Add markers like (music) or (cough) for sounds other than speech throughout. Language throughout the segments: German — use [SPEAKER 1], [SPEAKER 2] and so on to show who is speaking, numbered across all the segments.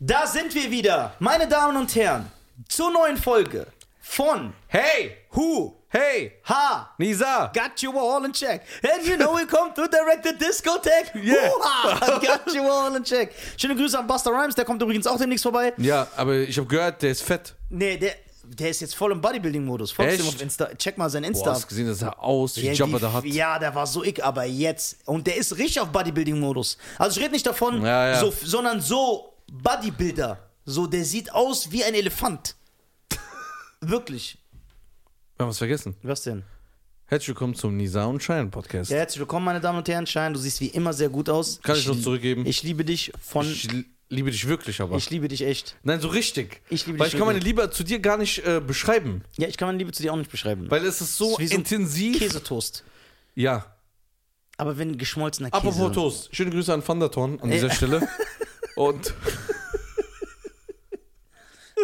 [SPEAKER 1] Da sind wir wieder, meine Damen und Herren, zur neuen Folge von
[SPEAKER 2] Hey!
[SPEAKER 1] Who
[SPEAKER 2] Hey!
[SPEAKER 1] Ha
[SPEAKER 2] Nisa!
[SPEAKER 1] Got You All in Check. And you know we come to direct the discotheque.
[SPEAKER 2] Yeah.
[SPEAKER 1] Hoo-ha, got You All in Check. Schöne Grüße an Buster Rhymes, der kommt übrigens auch demnächst vorbei.
[SPEAKER 2] Ja, aber ich habe gehört, der ist fett.
[SPEAKER 1] Nee, der, der ist jetzt voll im Bodybuilding-Modus. Folgst ihm
[SPEAKER 2] Echt?
[SPEAKER 1] auf Insta. Check mal sein
[SPEAKER 2] Boah,
[SPEAKER 1] Insta.
[SPEAKER 2] hast du gesehen, das sah aus wie
[SPEAKER 1] Ja,
[SPEAKER 2] Jabba
[SPEAKER 1] die-
[SPEAKER 2] da hat.
[SPEAKER 1] Ja, der war so ick, aber jetzt. Und der ist richtig auf Bodybuilding-Modus. Also ich rede nicht davon,
[SPEAKER 2] Ja, ja.
[SPEAKER 1] So, sondern so Bodybuilder. So, der sieht aus wie ein Elefant. (laughs) Wirklich.
[SPEAKER 2] Wir haben was vergessen.
[SPEAKER 1] Was denn?
[SPEAKER 2] Herzlich willkommen zum Nisa und Shine Podcast.
[SPEAKER 1] Ja, herzlich willkommen, meine Damen und Herren. Schein, du siehst wie immer sehr gut aus.
[SPEAKER 2] Kann ich nur zurückgeben.
[SPEAKER 1] Ich liebe dich von. Ich,
[SPEAKER 2] Ich li- liebe dich wirklich, aber.
[SPEAKER 1] liebe dich echt.
[SPEAKER 2] Nein, so richtig.
[SPEAKER 1] Ich liebe
[SPEAKER 2] weil
[SPEAKER 1] dich
[SPEAKER 2] ich kann meine
[SPEAKER 1] wirklich.
[SPEAKER 2] Liebe zu dir gar nicht äh, beschreiben.
[SPEAKER 1] Ja, ich kann meine Liebe zu dir auch nicht beschreiben.
[SPEAKER 2] Weil es ist so
[SPEAKER 1] Ist wie so ein
[SPEAKER 2] intensiv.
[SPEAKER 1] Käsetoast.
[SPEAKER 2] Ja.
[SPEAKER 1] Aber wenn geschmolzener Käse.
[SPEAKER 2] Apropos Toast. Schöne Grüße an Thunderton an
[SPEAKER 1] (laughs)
[SPEAKER 2] dieser Stelle. Und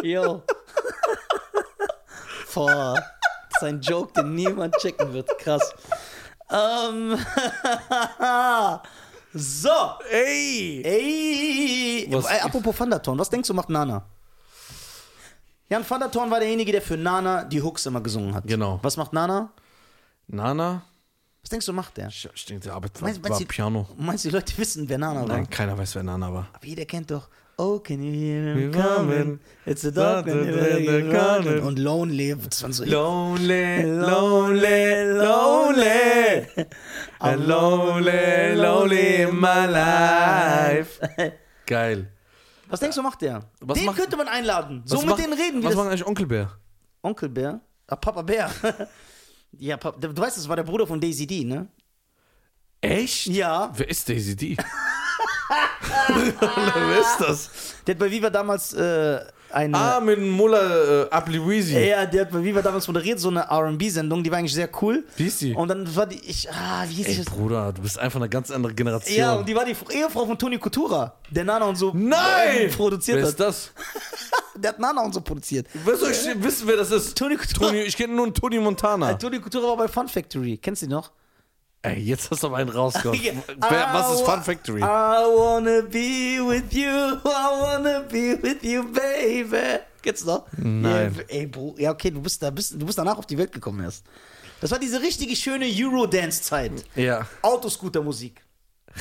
[SPEAKER 1] Yo. (laughs) Boah. Das ist ein Joke, den niemand checken wird. Krass. Ähm. (laughs) so.
[SPEAKER 2] ey!
[SPEAKER 1] Ey.
[SPEAKER 2] Was-
[SPEAKER 1] Ey, apropos Thundertorn, was denkst du, macht Nana? Jan Thundertorn war derjenige, der für Nana die Hooks immer gesungen hat.
[SPEAKER 2] Genau.
[SPEAKER 1] Was macht Nana?
[SPEAKER 2] Nana?
[SPEAKER 1] Was denkst du, macht der?
[SPEAKER 2] Ich, ich denke, der arbeitet
[SPEAKER 1] Meinst-
[SPEAKER 2] war
[SPEAKER 1] meinst du- Ah.
[SPEAKER 2] Piano.
[SPEAKER 1] Meinst du, die Leute wissen, wer Nana war?
[SPEAKER 2] Nein, keiner weiß, wer Nana war.
[SPEAKER 1] Aber jeder kennt doch. Oh, can you hear him
[SPEAKER 2] Wir
[SPEAKER 1] coming?
[SPEAKER 2] kommen.
[SPEAKER 1] It's a dark
[SPEAKER 2] Da, da, da, da,
[SPEAKER 1] and
[SPEAKER 2] coming.
[SPEAKER 1] Und Lonely. Das waren so
[SPEAKER 2] Lonely, lonely, lonely. I'm lonely, lonely in my life. (laughs) Geil.
[SPEAKER 1] Was denkst du, macht der?
[SPEAKER 2] Was
[SPEAKER 1] den
[SPEAKER 2] macht-
[SPEAKER 1] könnte man einladen. So
[SPEAKER 2] Was
[SPEAKER 1] mit
[SPEAKER 2] macht-
[SPEAKER 1] denen reden wir.
[SPEAKER 2] Was
[SPEAKER 1] das-
[SPEAKER 2] macht eigentlich Onkel Bär?
[SPEAKER 1] Onkel Bär? Ah, Papa Bär. (laughs) ja, Pap du weißt, das war der Bruder von Daisy D, ne?
[SPEAKER 2] Echt?
[SPEAKER 1] Ja.
[SPEAKER 2] Wer ist Daisy
[SPEAKER 1] (laughs)
[SPEAKER 2] D? Wer ist das?
[SPEAKER 1] Der hat bei Viva damals äh, eine.
[SPEAKER 2] Armin Muller äh, Abluisi.
[SPEAKER 1] Ja, der hat bei Viva damals moderiert, so eine RB-Sendung, die war eigentlich sehr cool.
[SPEAKER 2] Wie ist die?
[SPEAKER 1] Und dann war die. Ich, ah, wie hieß die
[SPEAKER 2] Ey,
[SPEAKER 1] das?
[SPEAKER 2] Bruder, du bist einfach eine ganz andere Generation.
[SPEAKER 1] Ja, und die war die Ehefrau von Toni Kutura, der Nana und so äh,
[SPEAKER 2] Nein!
[SPEAKER 1] produziert
[SPEAKER 2] wer
[SPEAKER 1] hat.
[SPEAKER 2] ist das?
[SPEAKER 1] Der hat Nana und so produziert.
[SPEAKER 2] Wer
[SPEAKER 1] (laughs)
[SPEAKER 2] soll ich wissen, wer das ist?
[SPEAKER 1] Toni Kutura.
[SPEAKER 2] Toni, ich kenne nur einen Toni Montana.
[SPEAKER 1] (laughs) Toni Kutura war bei Fun Factory. Kennst du die noch?
[SPEAKER 2] Ey, jetzt hast du aber einen rausgehauen.
[SPEAKER 1] (laughs) Ja.
[SPEAKER 2] Wer- Was ist
[SPEAKER 1] I
[SPEAKER 2] Fun
[SPEAKER 1] wa-
[SPEAKER 2] Factory?
[SPEAKER 1] I wanna be with you, I wanna be with you, baby. Kennst du noch?
[SPEAKER 2] Nein.
[SPEAKER 1] Ja, ey, Bro, ja, okay, du bist, da, bist, du bist danach auf die Welt gekommen erst. Das war diese richtige schöne Eurodance-Zeit.
[SPEAKER 2] Ja,
[SPEAKER 1] Autoscooter-Musik.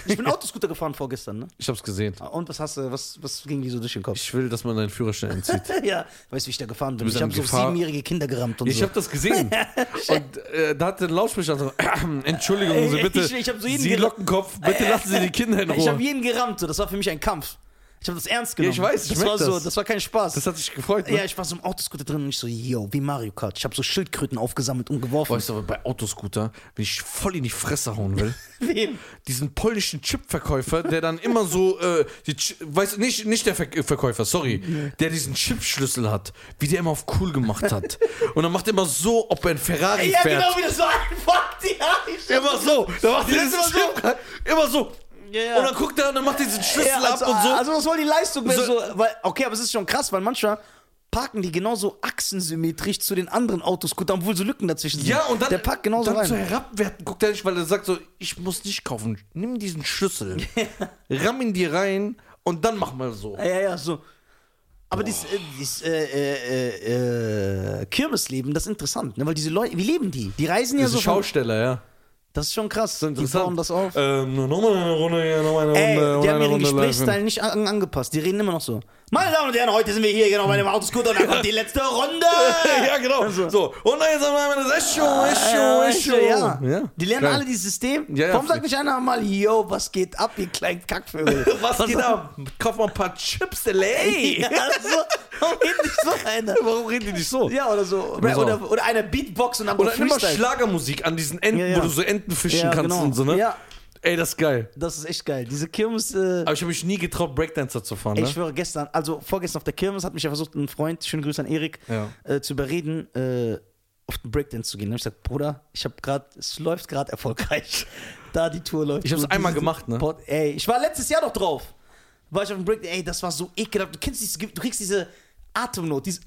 [SPEAKER 1] Ich
[SPEAKER 2] (laughs)
[SPEAKER 1] bin Autoscooter gefahren vorgestern, ne?
[SPEAKER 2] ich hab's gesehen.
[SPEAKER 1] Und was hast du, was, was ging dir so durch den Kopf?
[SPEAKER 2] Ich will, dass man deinen Führerschein entzieht.
[SPEAKER 1] (laughs) ja, weißt du, wie ich da gefahren bin?
[SPEAKER 2] bist
[SPEAKER 1] Ich habe
[SPEAKER 2] am
[SPEAKER 1] so
[SPEAKER 2] Gefahr-
[SPEAKER 1] siebenjährige Kinder gerammt und
[SPEAKER 2] Ich
[SPEAKER 1] so.
[SPEAKER 2] habe das
[SPEAKER 1] (laughs)
[SPEAKER 2] gesehen. Und äh, da hat der Lautsprecher so, (clears throat) Entschuldigung, Sie
[SPEAKER 1] Ey,
[SPEAKER 2] bitte,
[SPEAKER 1] ich- ich hab so jeden
[SPEAKER 2] Sie
[SPEAKER 1] gel-
[SPEAKER 2] Lockenkopf, bitte lassen Sie die Kinder in
[SPEAKER 1] Ich habe
[SPEAKER 2] Ruhe.
[SPEAKER 1] jeden gerammt, so. das war für mich ein Kampf. Ich habe das ernst genommen.
[SPEAKER 2] ich weiß, ich
[SPEAKER 1] das
[SPEAKER 2] merk
[SPEAKER 1] war so,
[SPEAKER 2] das.
[SPEAKER 1] das war kein Spaß.
[SPEAKER 2] Das hat sich gefreut. Ne?
[SPEAKER 1] ja, ich war so im Autoscooter drin und ich so, yo, wie Mario Kart. Ich habe so Schildkröten aufgesammelt und geworfen.
[SPEAKER 2] Weißt du, aber bei Autoscooter, wenn ich voll in die Fresse hauen
[SPEAKER 1] (laughs)
[SPEAKER 2] will,
[SPEAKER 1] Wem?
[SPEAKER 2] diesen polnischen Chipverkäufer, der dann immer so, äh, die Chi- weiß nicht, nicht der Ver Verkäufer, sorry, der diesen Chipschlüssel hat, wie der immer auf cool gemacht hat. Und dann macht er immer so, ob er ein Ferrari
[SPEAKER 1] Ja,
[SPEAKER 2] fährt.
[SPEAKER 1] genau, wie das so einfach die Haare.
[SPEAKER 2] Immer so. Da macht er
[SPEAKER 1] Das ist
[SPEAKER 2] diesen
[SPEAKER 1] immer so.
[SPEAKER 2] Chip rein. Immer so.
[SPEAKER 1] Ja, ja.
[SPEAKER 2] Und dann guckt er und dann macht er diesen Schlüssel
[SPEAKER 1] Ja, also,
[SPEAKER 2] ab und so.
[SPEAKER 1] also was soll die Leistung mehr so,
[SPEAKER 2] So-
[SPEAKER 1] weil, okay, aber es ist schon krass, weil manchmal parken die genauso achsensymmetrisch zu den anderen Autoscootern, obwohl so Lücken dazwischen sind.
[SPEAKER 2] ja, und dann,
[SPEAKER 1] der packt genauso
[SPEAKER 2] dann zu
[SPEAKER 1] rein.
[SPEAKER 2] herabwerten guckt er nicht, weil er sagt so, ich muss nicht kaufen. Nimm diesen Schlüssel,
[SPEAKER 1] (laughs)
[SPEAKER 2] ramm ihn dir rein und dann mach mal so.
[SPEAKER 1] Ja, ja, ja, so. Aber dieses, äh, dieses äh, äh, äh, äh, Kirmesleben, das ist interessant, ne? weil diese Leute, wie leben die? Die reisen ja
[SPEAKER 2] Diese
[SPEAKER 1] so. von-
[SPEAKER 2] Schausteller, ja.
[SPEAKER 1] Das ist schon krass. Die
[SPEAKER 2] Interessant.
[SPEAKER 1] bauen das auf.
[SPEAKER 2] Ähm, nochmal eine Runde, hier, nochmal eine
[SPEAKER 1] Ey,
[SPEAKER 2] Runde.
[SPEAKER 1] die
[SPEAKER 2] nochmal
[SPEAKER 1] haben
[SPEAKER 2] eine
[SPEAKER 1] ihren
[SPEAKER 2] Runde
[SPEAKER 1] Gesprächsstil nicht an, angepasst. Die reden immer noch so. Meine Damen und Herren, heute sind wir hier genau bei dem Autoscooter und dann kommt die letzte
[SPEAKER 2] (laughs)
[SPEAKER 1] Runde.
[SPEAKER 2] laufen. ja, genau. So, und dann jetzt einmal das Echo, Echo,
[SPEAKER 1] Also. Ah, Ja,
[SPEAKER 2] Echo.
[SPEAKER 1] Äh, ja.
[SPEAKER 2] Ja,
[SPEAKER 1] Die lernen
[SPEAKER 2] geil.
[SPEAKER 1] alle dieses System.
[SPEAKER 2] Ja, ja,
[SPEAKER 1] Warum sagt nicht einer mal, yo, was geht ab, ihr kleinen Kackvögel?
[SPEAKER 2] (laughs) Was geht ab? Kauf mal ein paar Chips, L.A.
[SPEAKER 1] (laughs) Ja, so, warum redet nicht so einer?
[SPEAKER 2] Warum reden die nicht so?
[SPEAKER 1] Ja, oder so.
[SPEAKER 2] Pass
[SPEAKER 1] Oder,
[SPEAKER 2] auf.
[SPEAKER 1] oder, einer Beatbox und dann
[SPEAKER 2] Oder immer
[SPEAKER 1] Freestyle.
[SPEAKER 2] Schlagermusik an diesen Enten,
[SPEAKER 1] Ja, ja.
[SPEAKER 2] wo du so Enten fischen
[SPEAKER 1] Ja,
[SPEAKER 2] kannst
[SPEAKER 1] genau.
[SPEAKER 2] und so, ne?
[SPEAKER 1] Ja.
[SPEAKER 2] Ey, das ist geil.
[SPEAKER 1] Das ist echt geil. Diese Kirmes... Äh,
[SPEAKER 2] Aber ich habe mich nie getraut, Breakdancer zu fahren,
[SPEAKER 1] Ey,
[SPEAKER 2] Ah, ne?
[SPEAKER 1] Ich schwöre, gestern, also vorgestern auf der Kirmes hat mich ja versucht, ein Freund, schönen Grüße an Erik,
[SPEAKER 2] Ja.
[SPEAKER 1] äh, zu überreden, äh, auf den Breakdance zu gehen. Dann hab ich gesagt, Bruder, ich habe gerade, es läuft gerade erfolgreich. (laughs) Da die Tour läuft.
[SPEAKER 2] Ich hab's
[SPEAKER 1] Und
[SPEAKER 2] einmal
[SPEAKER 1] diese-
[SPEAKER 2] gemacht, ne?
[SPEAKER 1] Pod- ey, ich war letztes Jahr noch drauf. War ich auf dem Breakdance, ey, das war so ekelhaft. Du kennst dieses, Ge- du kriegst diese Atemnot, dieses,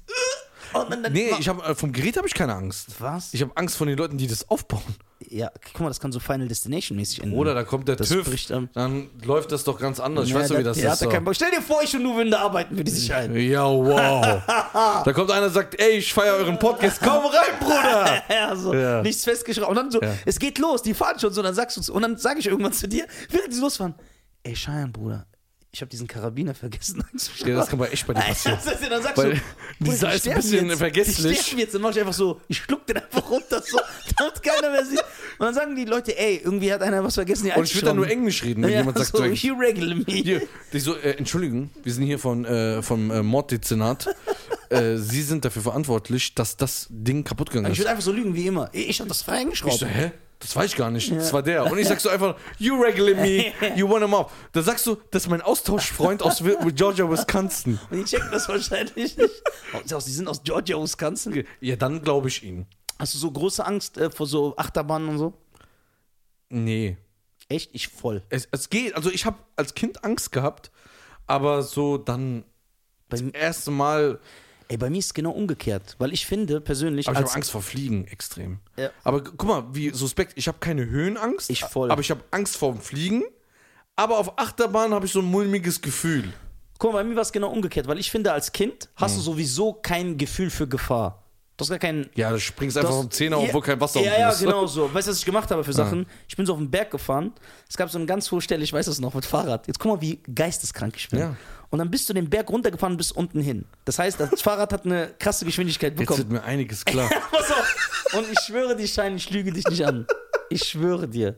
[SPEAKER 1] Und dann, dann
[SPEAKER 2] Nee,
[SPEAKER 1] ma-
[SPEAKER 2] ich hab, äh, vom Gerät habe ich keine Angst.
[SPEAKER 1] Was?
[SPEAKER 2] Ich habe Angst von den Leuten, die das aufbauen.
[SPEAKER 1] ja, guck mal, das kann so Final Destination mäßig enden.
[SPEAKER 2] Oder da kommt der
[SPEAKER 1] Das
[SPEAKER 2] TÜV,
[SPEAKER 1] bricht am-
[SPEAKER 2] dann läuft das doch ganz anders. Ich
[SPEAKER 1] Ja,
[SPEAKER 2] weiß doch, wie das
[SPEAKER 1] der
[SPEAKER 2] ist.
[SPEAKER 1] Hat da keinen
[SPEAKER 2] So. Mhm.
[SPEAKER 1] Bock. Stell dir vor, ich und Nuwe da arbeiten für die Sicherheit.
[SPEAKER 2] Ja,
[SPEAKER 1] (laughs)
[SPEAKER 2] wow. da kommt einer und sagt, ey, ich feiere euren Podcast, komm rein, (laughs)
[SPEAKER 1] (laughs)
[SPEAKER 2] Bruder.
[SPEAKER 1] Ja, so,
[SPEAKER 2] Ja.
[SPEAKER 1] nichts festgeschraubt. Und dann so,
[SPEAKER 2] Ja.
[SPEAKER 1] es geht los, die fahren schon so, und dann sagst du und dann sage ich irgendwann zu dir, während die losfahren, ey Schein, Bruder, ich habe diesen Karabiner vergessen (laughs) einzuschrauben.
[SPEAKER 2] Ja, das kann
[SPEAKER 1] (laughs)
[SPEAKER 2] bei echt bei dir passieren.
[SPEAKER 1] Das heißt, dann sagst
[SPEAKER 2] Weil
[SPEAKER 1] du,
[SPEAKER 2] dieser
[SPEAKER 1] Bruder, die
[SPEAKER 2] ist ein
[SPEAKER 1] sterben
[SPEAKER 2] bisschen
[SPEAKER 1] jetzt,
[SPEAKER 2] vergesslich.
[SPEAKER 1] Die sterben jetzt, dann mach ich einfach so, ich schluck den einfach runter, so, (laughs) damit keiner mehr sieht. Und dann sagen die Leute, ey, irgendwie hat einer was vergessen, die
[SPEAKER 2] Und ich würde dann nur
[SPEAKER 1] einzuschrauben.
[SPEAKER 2] Englisch reden, wenn
[SPEAKER 1] ja,
[SPEAKER 2] jemand sagt,
[SPEAKER 1] so,
[SPEAKER 2] so,
[SPEAKER 1] you regular me.
[SPEAKER 2] hier, die so, äh, Entschuldigung, wir sind hier von, äh, vom äh, Morddezernat. äh, Sie sind dafür verantwortlich, dass das Ding kaputt gegangen
[SPEAKER 1] Ich
[SPEAKER 2] ist.
[SPEAKER 1] würde einfach so lügen wie immer. Ich habe das frei eingeschraubt.
[SPEAKER 2] Ich so, hä? Das weiß ich gar nicht. Das war der. Und ich sag so einfach, you regular me, you want him up. Da sagst du, das ist mein Austauschfreund aus Wi- Georgia, Wisconsin.
[SPEAKER 1] Und die checken das wahrscheinlich nicht. Oh, Sie sind aus Georgia, Wisconsin.
[SPEAKER 2] Ja, dann glaube ich ihn.
[SPEAKER 1] Hast du so große Angst äh, vor so Achterbahnen und so?
[SPEAKER 2] Nee.
[SPEAKER 1] Echt? Ich voll.
[SPEAKER 2] Es, es geht. Also ich habe als Kind Angst gehabt, aber so dann
[SPEAKER 1] Bei,
[SPEAKER 2] das erste Mal.
[SPEAKER 1] ey, bei mir ist es genau umgekehrt, weil ich finde persönlich,
[SPEAKER 2] Aber ich habe
[SPEAKER 1] als,
[SPEAKER 2] Angst vor Fliegen extrem.
[SPEAKER 1] Ja.
[SPEAKER 2] Aber gu- guck mal, wie suspekt. Ich habe keine Höhenangst.
[SPEAKER 1] Ich voll.
[SPEAKER 2] Aber ich habe Angst vor dem Fliegen. Aber auf Achterbahn habe ich so ein mulmiges Gefühl.
[SPEAKER 1] guck mal, bei mir war es genau umgekehrt, weil ich finde, als Kind hast du sowieso kein Gefühl für Gefahr. Du hast gar keinen.
[SPEAKER 2] Ja, du springst einfach vom Zehner, obwohl kein Wasser
[SPEAKER 1] ja,
[SPEAKER 2] unten
[SPEAKER 1] ja,
[SPEAKER 2] ist.
[SPEAKER 1] genau so. Weißt du, was ich gemacht habe für Sachen? Ich bin so auf den Berg gefahren. Es gab so eine ganz hohe Stelle, ich weiß das noch, mit Fahrrad. Jetzt guck mal, wie geisteskrank ich bin.
[SPEAKER 2] Ja.
[SPEAKER 1] Und dann bist du den Berg runtergefahren und bist unten hin. Das heißt, das Fahrrad hat eine krasse Geschwindigkeit
[SPEAKER 2] (laughs) Jetzt
[SPEAKER 1] bekommen.
[SPEAKER 2] wird mir einiges klar.
[SPEAKER 1] Pass auf. Und ich schwöre dir, Schein, ich lüge dich nicht an. Ich schwöre dir.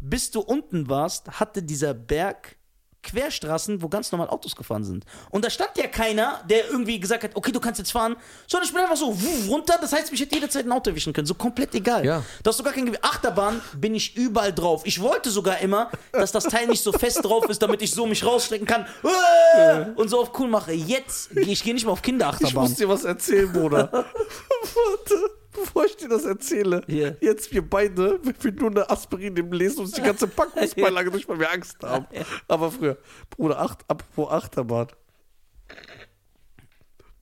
[SPEAKER 1] Bis du unten warst, hatte dieser Berg Querstraßen, wo ganz normal Autos gefahren sind. Und da stand ja keiner, der irgendwie gesagt hat, okay, du kannst jetzt fahren, sondern ich bin einfach so wuff, runter. Das heißt, mich hätte jederzeit ein Auto erwischen können. So komplett egal.
[SPEAKER 2] Ja.
[SPEAKER 1] Da hast du gar kein Gewicht. Achterbahn bin ich überall drauf. Ich wollte sogar immer, dass das Teil nicht so fest drauf ist, damit ich so mich rausstrecken kann Uah! und so auf cool mache. Jetzt, geh- ich gehe nicht mehr auf
[SPEAKER 2] (laughs) Ich muss
[SPEAKER 1] Kinderachterbahn.
[SPEAKER 2] dir was erzählen, (laughs) Bruder. Warte, bevor ich dir das erzähle.
[SPEAKER 1] Ja.
[SPEAKER 2] Jetzt wir beide, wenn wir nur eine Aspirin nehmen, lesen uns die ganze (laughs) Packungsbeilage durch, weil wir Angst haben. Aber früher, Bruder, acht, apropos Achterbahn.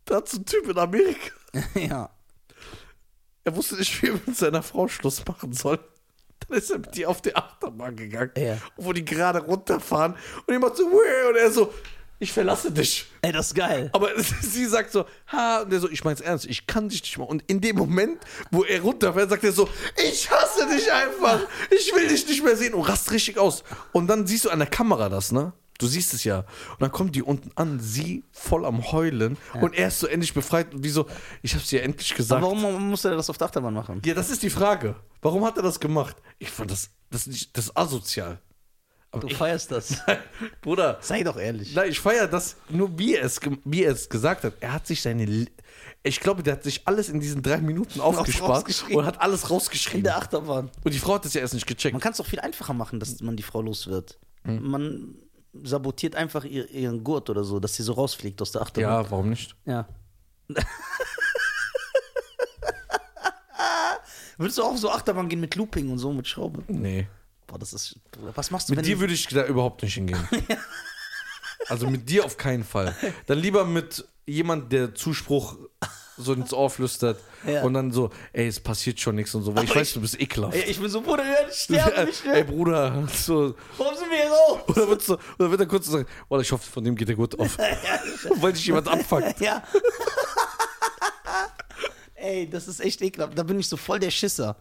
[SPEAKER 2] Da hat so ein Typ in Amerika,
[SPEAKER 1] (laughs) ja.
[SPEAKER 2] er wusste nicht, wie er mit seiner Frau Schluss machen soll. Dann ist er mit ihr auf die Achterbahn gegangen,
[SPEAKER 1] Ja.
[SPEAKER 2] wo die gerade runterfahren. Und die macht so, "Wah", und er so, ich verlasse dich.
[SPEAKER 1] Ey, das ist geil.
[SPEAKER 2] Aber (laughs) sie sagt so, ha, und der so, ich mein's ernst, ich kann dich nicht mehr. Und in dem Moment, wo er runterfährt, sagt er so, ich hasse dich einfach, ich will dich nicht mehr sehen und rast richtig aus. Und dann siehst du an der Kamera das, ne? Du siehst es ja. Und dann kommt die unten an, sie voll am Heulen und er ist so endlich befreit und wie so, ich hab's dir endlich gesagt.
[SPEAKER 1] Aber warum muss er das auf der Achterbahn machen?
[SPEAKER 2] Ja, das ist die Frage. Warum hat er das gemacht? Ich fand das, das, nicht, das ist asozial.
[SPEAKER 1] Du feierst das.
[SPEAKER 2] Bruder,
[SPEAKER 1] (laughs) Sei doch ehrlich.
[SPEAKER 2] Nein, ich feiere das nur, wie er, es, gem- wie er es gesagt hat. Er hat sich seine. Li- Ich glaube, der hat sich alles in diesen drei Minuten aufgespart
[SPEAKER 1] rausgeschrieben.
[SPEAKER 2] und hat alles
[SPEAKER 1] In
[SPEAKER 2] rausgeschrieben.
[SPEAKER 1] der Achterbahn.
[SPEAKER 2] Und die Frau hat es ja erst nicht gecheckt.
[SPEAKER 1] Man kann es doch viel einfacher machen, dass man die Frau los wird. Man sabotiert einfach ihr, ihren Gurt oder so, dass sie so rausfliegt aus der Achterbahn.
[SPEAKER 2] Ja, warum nicht?
[SPEAKER 1] Ja. (laughs) Würdest du auch so Achterbahn gehen mit Looping und so, mit Schraube?
[SPEAKER 2] Nee.
[SPEAKER 1] Boah, das ist. Was machst du,
[SPEAKER 2] Mit
[SPEAKER 1] wenn
[SPEAKER 2] dir würde ich da überhaupt nicht (laughs) hingehen. also mit dir auf keinen Fall. Dann lieber mit jemand, der Zuspruch so ins Ohr flüstert
[SPEAKER 1] Ja.
[SPEAKER 2] und dann so, ey, es passiert schon nichts und so. Weil ich
[SPEAKER 1] Aber
[SPEAKER 2] weiß, du bist ekelhaft.
[SPEAKER 1] Ey, ich bin so, Bruder, hör, ich sterbe nicht.
[SPEAKER 2] ey,
[SPEAKER 1] Ne?
[SPEAKER 2] Bruder, so,
[SPEAKER 1] Warum sind wir hier raus?
[SPEAKER 2] Oder wird, so, oder wird er kurz so sagen, oh, ich hoffe, von dem geht er gut (laughs) auf. Weil dich jemand abfuckt.
[SPEAKER 1] Ja. (laughs) Ey, das ist echt ekelhaft. Da bin ich so voll der Schisser.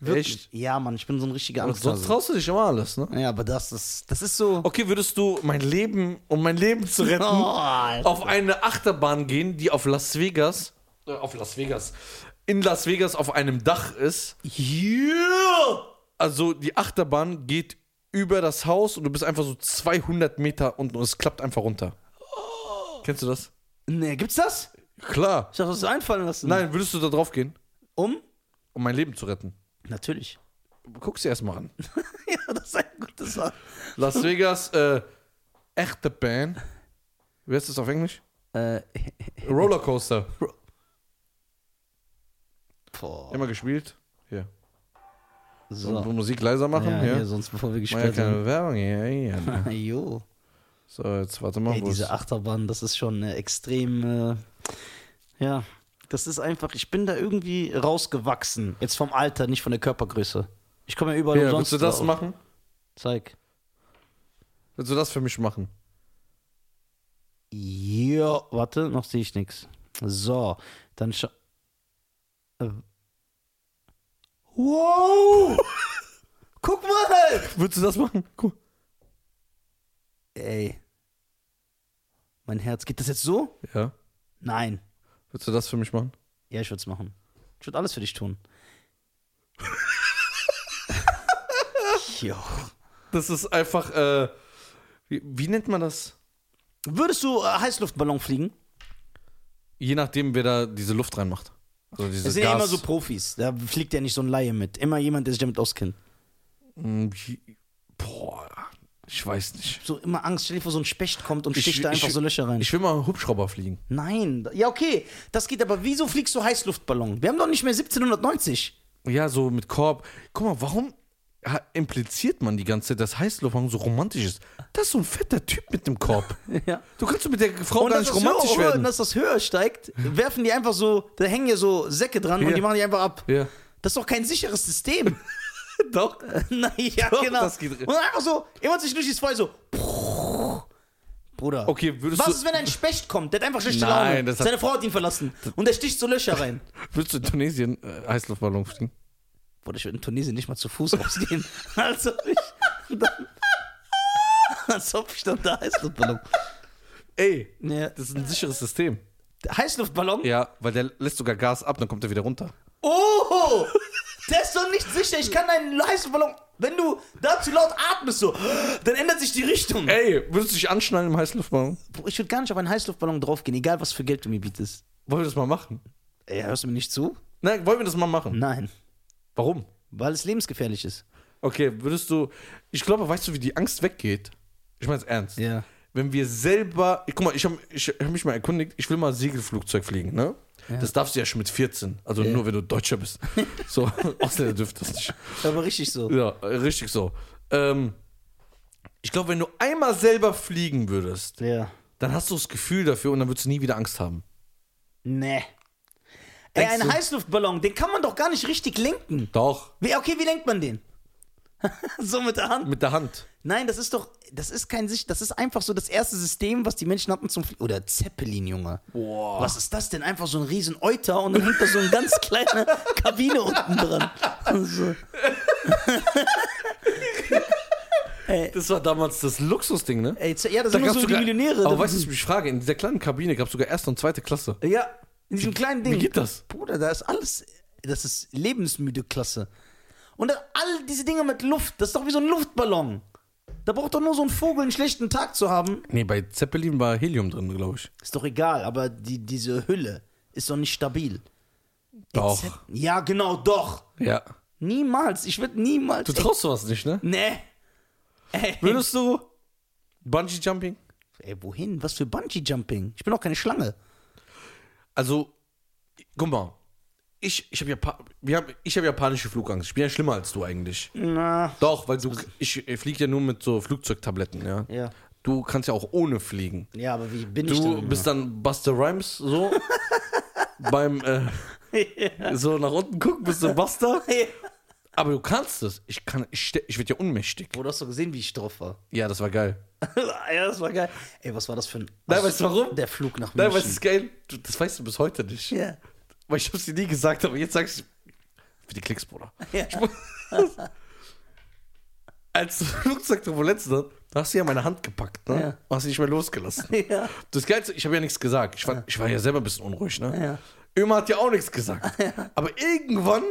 [SPEAKER 1] Wirklich?
[SPEAKER 2] Echt?
[SPEAKER 1] Ja, Mann, ich bin so ein richtiger
[SPEAKER 2] Und sonst
[SPEAKER 1] Angsthase.
[SPEAKER 2] traust du dich immer alles, ne?
[SPEAKER 1] Ja, aber das ist, das ist so.
[SPEAKER 2] Okay, würdest du mein Leben, um mein Leben zu retten, (laughs)
[SPEAKER 1] Oh, Alter.
[SPEAKER 2] auf eine Achterbahn gehen, die auf Las Vegas, äh, auf Las Vegas, in Las Vegas auf einem Dach ist?
[SPEAKER 1] Yeah!
[SPEAKER 2] Also die Achterbahn geht über das Haus und du bist einfach so 200 Meter unten und es klappt einfach runter. Kennst du das?
[SPEAKER 1] Nee, gibt's das?
[SPEAKER 2] Oh. Klar.
[SPEAKER 1] Ich dachte, das ist einfallen lassen.
[SPEAKER 2] Nein, würdest du da drauf gehen,
[SPEAKER 1] Um?
[SPEAKER 2] um mein Leben zu retten?
[SPEAKER 1] Natürlich. (laughs)
[SPEAKER 2] Guck sie erst mal (laughs) an.
[SPEAKER 1] ja, das ist ein gutes Wort.
[SPEAKER 2] Las Vegas, äh, echte Band. Wie heißt das auf Englisch?
[SPEAKER 1] Äh,
[SPEAKER 2] Rollercoaster.
[SPEAKER 1] boah.
[SPEAKER 2] Immer gespielt. Hier.
[SPEAKER 1] So.
[SPEAKER 2] Und Musik leiser machen.
[SPEAKER 1] Ja,
[SPEAKER 2] hier.
[SPEAKER 1] hier, sonst bevor wir
[SPEAKER 2] Mach ja
[SPEAKER 1] gesperrt werden.
[SPEAKER 2] keine Werbung hier.
[SPEAKER 1] (laughs)
[SPEAKER 2] hier.
[SPEAKER 1] Jo.
[SPEAKER 2] So, jetzt warte mal.
[SPEAKER 1] Ey,
[SPEAKER 2] wo ist-
[SPEAKER 1] diese Achterbahn, das ist schon äh, extrem. Äh, ja. Das ist einfach, ich bin da irgendwie rausgewachsen. Jetzt vom Alter, nicht von der Körpergröße. Ich komme ja überall
[SPEAKER 2] Ja,
[SPEAKER 1] umsonst.
[SPEAKER 2] willst du das
[SPEAKER 1] drauf.
[SPEAKER 2] machen?
[SPEAKER 1] Zeig.
[SPEAKER 2] Willst du das für mich machen?
[SPEAKER 1] Ja, warte, noch sehe ich nichts. So, dann schau. Äh. Wow! Guck mal!
[SPEAKER 2] Willst du das machen? Guck.
[SPEAKER 1] Ey. Mein Herz, geht das jetzt so?
[SPEAKER 2] Ja.
[SPEAKER 1] Nein.
[SPEAKER 2] Willst du das für mich machen?
[SPEAKER 1] Ja, ich würde es machen. Ich würde alles für dich tun. jo.
[SPEAKER 2] Das ist einfach, äh, wie, wie nennt man das?
[SPEAKER 1] Würdest du äh, Heißluftballon fliegen?
[SPEAKER 2] Je nachdem, wer da diese Luft reinmacht. Also
[SPEAKER 1] Das
[SPEAKER 2] dieses
[SPEAKER 1] sind
[SPEAKER 2] Gas.
[SPEAKER 1] ja immer so Profis. Da fliegt ja nicht so ein Laie mit. Immer jemand, der sich damit auskennt.
[SPEAKER 2] Mm, je- Boah, ich weiß nicht.
[SPEAKER 1] So immer Angst. Stell dir vor, so ein Specht kommt und
[SPEAKER 2] Ich-
[SPEAKER 1] sticht da
[SPEAKER 2] ich-
[SPEAKER 1] einfach so Löcher rein.
[SPEAKER 2] Ich will mal einen Hubschrauber fliegen.
[SPEAKER 1] Nein. Ja, okay. Das geht aber. Wieso fliegst du Heißluftballon? Wir haben doch nicht mehr 1790.
[SPEAKER 2] Ja, so mit Korb. Guck mal, warum ha- impliziert man die ganze Zeit, dass Heißluftballon so romantisch ist? Das ist so ein fetter Typ mit dem Korb.
[SPEAKER 1] (laughs) Ja.
[SPEAKER 2] Du kannst doch mit der Frau gar
[SPEAKER 1] dass
[SPEAKER 2] nicht
[SPEAKER 1] das
[SPEAKER 2] romantisch
[SPEAKER 1] höher,
[SPEAKER 2] werden.
[SPEAKER 1] dass das höher steigt, werfen die einfach so, da hängen ja so Säcke dran und
[SPEAKER 2] Ja.
[SPEAKER 1] die machen die einfach ab.
[SPEAKER 2] ja.
[SPEAKER 1] Das ist doch kein sicheres System.
[SPEAKER 2] (laughs) Doch.
[SPEAKER 1] (laughs) naja,
[SPEAKER 2] Doch,
[SPEAKER 1] genau.
[SPEAKER 2] das geht-
[SPEAKER 1] und dann einfach so, jemand sich durch die Zwei so. Bruder.
[SPEAKER 2] Okay, würdest
[SPEAKER 1] Was
[SPEAKER 2] du-
[SPEAKER 1] ist, wenn ein Specht kommt? Der hat einfach schlechte
[SPEAKER 2] Nein,
[SPEAKER 1] Laune.
[SPEAKER 2] das hat-
[SPEAKER 1] Seine Frau hat ihn verlassen. Und der sticht so Löcher rein.
[SPEAKER 2] Willst du in Tunesien äh, Heißluftballon fliegen?
[SPEAKER 1] Bruder, ich würde in Tunesien nicht mal zu Fuß
[SPEAKER 2] (laughs)
[SPEAKER 1] rausgehen. (laughs) als ob ich. Dann, als ob ich dann da Heißluftballon.
[SPEAKER 2] Ey,
[SPEAKER 1] Ja.
[SPEAKER 2] das ist ein sicheres System.
[SPEAKER 1] Heißluftballon?
[SPEAKER 2] Ja, weil der lässt sogar Gas ab, dann kommt er wieder runter.
[SPEAKER 1] Oh! Der ist doch nicht sicher. Ich kann einen Heißluftballon. Wenn du da zu laut atmest, so, dann ändert sich die Richtung.
[SPEAKER 2] Ey, würdest du dich anschnallen im Heißluftballon?
[SPEAKER 1] Boah, Ich würde gar nicht auf einen Heißluftballon draufgehen, egal was für Geld du mir bietest.
[SPEAKER 2] Wollen wir das mal machen?
[SPEAKER 1] Ey, hörst du mir nicht zu?
[SPEAKER 2] Nein, wollen wir das mal machen?
[SPEAKER 1] Nein,
[SPEAKER 2] Warum?
[SPEAKER 1] weil es lebensgefährlich ist.
[SPEAKER 2] Okay, würdest du. Ich glaube, weißt du, wie die Angst weggeht? Ich meine es ernst.
[SPEAKER 1] Ja.
[SPEAKER 2] Wenn wir selber. Guck mal, ich habe ich hab mich mal erkundigt, ich will mal Segelflugzeug fliegen, ne? Das darfst du ja schon mit 14. Also nur, wenn du
[SPEAKER 1] (laughs)
[SPEAKER 2] Deutscher bist. So, Ausländer dürft das nicht.
[SPEAKER 1] Aber richtig so.
[SPEAKER 2] Ja, äh, richtig so. Ähm, ich glaube, wenn du einmal selber fliegen würdest,
[SPEAKER 1] Ja.
[SPEAKER 2] dann hast du das Gefühl dafür und dann würdest du nie wieder Angst haben.
[SPEAKER 1] Nee. Ey,
[SPEAKER 2] Denkst
[SPEAKER 1] ein
[SPEAKER 2] du-
[SPEAKER 1] Heißluftballon, den kann man doch gar nicht richtig lenken.
[SPEAKER 2] Doch.
[SPEAKER 1] Wie, okay, wie lenkt man den? (laughs) so mit der Hand?
[SPEAKER 2] Mit der Hand.
[SPEAKER 1] Nein, das ist doch, das ist kein sich, das ist einfach so das erste System, was die Menschen hatten zum Fliegen. Oder Zeppelin, Junge.
[SPEAKER 2] Boah.
[SPEAKER 1] Was ist das denn? Einfach so ein riesen Euter und dann hängt da so eine
[SPEAKER 2] (laughs)
[SPEAKER 1] ganz kleine Kabine unten dran. Also, So.
[SPEAKER 2] Das war damals das Luxusding, ne?
[SPEAKER 1] Ey, ja, das sind nur so
[SPEAKER 2] gab's
[SPEAKER 1] die
[SPEAKER 2] sogar-
[SPEAKER 1] Millionäre.
[SPEAKER 2] Aber
[SPEAKER 1] Da-
[SPEAKER 2] weißt du, was ich mich frage? In dieser kleinen Kabine gab es sogar erste und zweite Klasse.
[SPEAKER 1] Ja, in diesem kleinen Ding.
[SPEAKER 2] Wie geht das?
[SPEAKER 1] Bruder, da ist alles, das ist lebensmüde Klasse. Und dann all diese Dinge mit Luft, das ist doch wie so ein Luftballon. Da braucht doch nur so ein Vogel einen schlechten Tag zu haben.
[SPEAKER 2] Nee, bei Zeppelin war Helium drin, glaube ich.
[SPEAKER 1] Ist doch egal, aber die, diese Hülle ist doch nicht stabil.
[SPEAKER 2] Doch.
[SPEAKER 1] Ze- Ja, genau, doch.
[SPEAKER 2] Ja.
[SPEAKER 1] Niemals, ich würde niemals.
[SPEAKER 2] Du traust sowas nicht, ne?
[SPEAKER 1] Ey, nee. Ey.
[SPEAKER 2] Würdest du Bungee Jumping?
[SPEAKER 1] Ey, wohin? Was für Bungee Jumping? Ich bin doch keine Schlange.
[SPEAKER 2] Also, guck mal. Ich, ich habe Japa wir haben- ich hab japanische Flugangst. Ich bin ja schlimmer als du eigentlich.
[SPEAKER 1] Na.
[SPEAKER 2] Doch, weil du, ich, ich fliege ja nur mit so Flugzeugtabletten, ja.
[SPEAKER 1] Ja.
[SPEAKER 2] Du kannst ja auch ohne fliegen.
[SPEAKER 1] Ja, aber wie bin ich
[SPEAKER 2] Du
[SPEAKER 1] denn?
[SPEAKER 2] bist dann Buster Rhymes so (laughs) beim äh, so nach unten gucken, bist du (laughs) Buster. Aber du kannst es. Ich kann, ich, ste- ich werde ja unmächtig.
[SPEAKER 1] Wo hast du gesehen, wie ich drauf war? (laughs)
[SPEAKER 2] Ja, das war geil.
[SPEAKER 1] ja, das war geil. Ey, was war das für ein.
[SPEAKER 2] Nein, weißt du warum?
[SPEAKER 1] Der Flug nach
[SPEAKER 2] Nein,
[SPEAKER 1] München.
[SPEAKER 2] was ist geil? Du, das weißt du bis heute nicht.
[SPEAKER 1] Ja.
[SPEAKER 2] Weil ich hab's dir nie gesagt, aber jetzt sagst du für die Klicks, Bruder.
[SPEAKER 1] Ja.
[SPEAKER 2] Ich muss- (laughs) Als das (laughs) Flugzeug Turbulenzen hat, da hast du ja meine Hand gepackt, ne?
[SPEAKER 1] Ja.
[SPEAKER 2] Und hast sie nicht mehr losgelassen.
[SPEAKER 1] Ja.
[SPEAKER 2] Das Geilste, ich habe ja nichts gesagt. Ich war ja, ich war ja selber ein bisschen unruhig, ne? Ömer hat ja auch
[SPEAKER 1] (laughs)
[SPEAKER 2] nichts gesagt. Aber irgendwann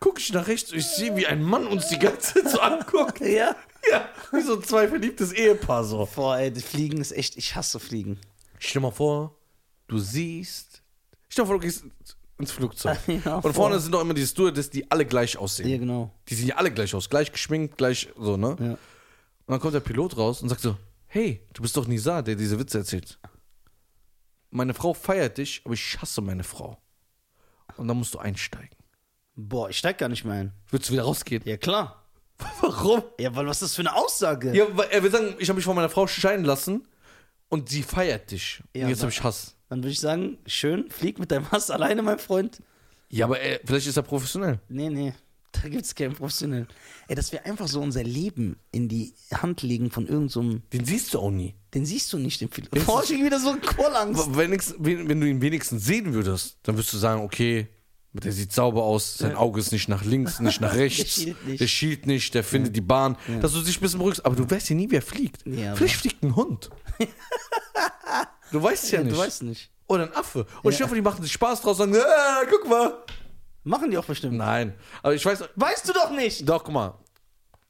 [SPEAKER 2] gucke ich nach rechts und ich sehe, wie ein Mann uns die ganze Zeit so anguckt. (laughs)
[SPEAKER 1] Ja.
[SPEAKER 2] Ja, wie so ein zwei verliebtes Ehepaar so.
[SPEAKER 1] Boah, ey, das Fliegen ist echt. Ich hasse Fliegen.
[SPEAKER 2] Stell dir mal vor, du siehst. Stell dir mal vor, du gehst ins Flugzeug.
[SPEAKER 1] (laughs) Ja,
[SPEAKER 2] und vorne
[SPEAKER 1] voll.
[SPEAKER 2] sind doch immer die Stewardess, die alle gleich aussehen.
[SPEAKER 1] Ja, genau.
[SPEAKER 2] Die sehen ja alle gleich aus. Gleich geschminkt, gleich so, ne?
[SPEAKER 1] Ja.
[SPEAKER 2] Und dann kommt der Pilot raus und sagt so: Hey, du bist doch Nizar, der diese Witze erzählt. Meine Frau feiert dich, aber ich hasse meine Frau. Und dann musst du einsteigen.
[SPEAKER 1] Boah, ich steig gar nicht mehr ein.
[SPEAKER 2] Würdest du wieder rausgehen?
[SPEAKER 1] Ja, klar.
[SPEAKER 2] (laughs) Warum? äh,
[SPEAKER 1] Ja, weil was ist das für eine Aussage?
[SPEAKER 2] Ja, weil er will sagen, ich habe mich von meiner Frau scheiden lassen und sie feiert dich.
[SPEAKER 1] Ja,
[SPEAKER 2] und jetzt
[SPEAKER 1] na-
[SPEAKER 2] habe ich Hass.
[SPEAKER 1] Dann würde ich sagen, schön, flieg mit deinem Hass alleine, mein Freund.
[SPEAKER 2] Ja, aber äh, vielleicht ist er professionell.
[SPEAKER 1] Nee, nee, da gibt es keinen Professionellen. Ey, dass wir einfach so unser Leben in die Hand legen von irgendeinem, so einem-
[SPEAKER 2] Den siehst du auch nie.
[SPEAKER 1] den siehst du nicht im Film. Boah, ich hab wieder so ein Kohlangst.
[SPEAKER 2] Aber wenigstens- Wenn, wenn du ihn wenigstens sehen würdest, dann würdest du sagen, okay, der sieht sauber aus, sein Auge ist nicht nach links, nicht (laughs) nach rechts, der
[SPEAKER 1] schielt
[SPEAKER 2] schielt
[SPEAKER 1] nicht.
[SPEAKER 2] nicht, der, findet die Bahn, dass du dich ein bisschen beruhigst. Aber du weißt ja nie, wer fliegt.
[SPEAKER 1] Ja,
[SPEAKER 2] Vielleicht fliegt
[SPEAKER 1] (laughs)
[SPEAKER 2] ein Hund. du weißt ja,
[SPEAKER 1] Ja,
[SPEAKER 2] nicht.
[SPEAKER 1] du weißt nicht.
[SPEAKER 2] Oder ein Affe. Und ich
[SPEAKER 1] Ja.
[SPEAKER 2] hoffe, die machen sich Spaß draus und sagen, äh, guck mal.
[SPEAKER 1] Machen die auch bestimmt.
[SPEAKER 2] Nein, aber ich weiß,
[SPEAKER 1] Weißt du doch nicht!
[SPEAKER 2] Doch, guck mal.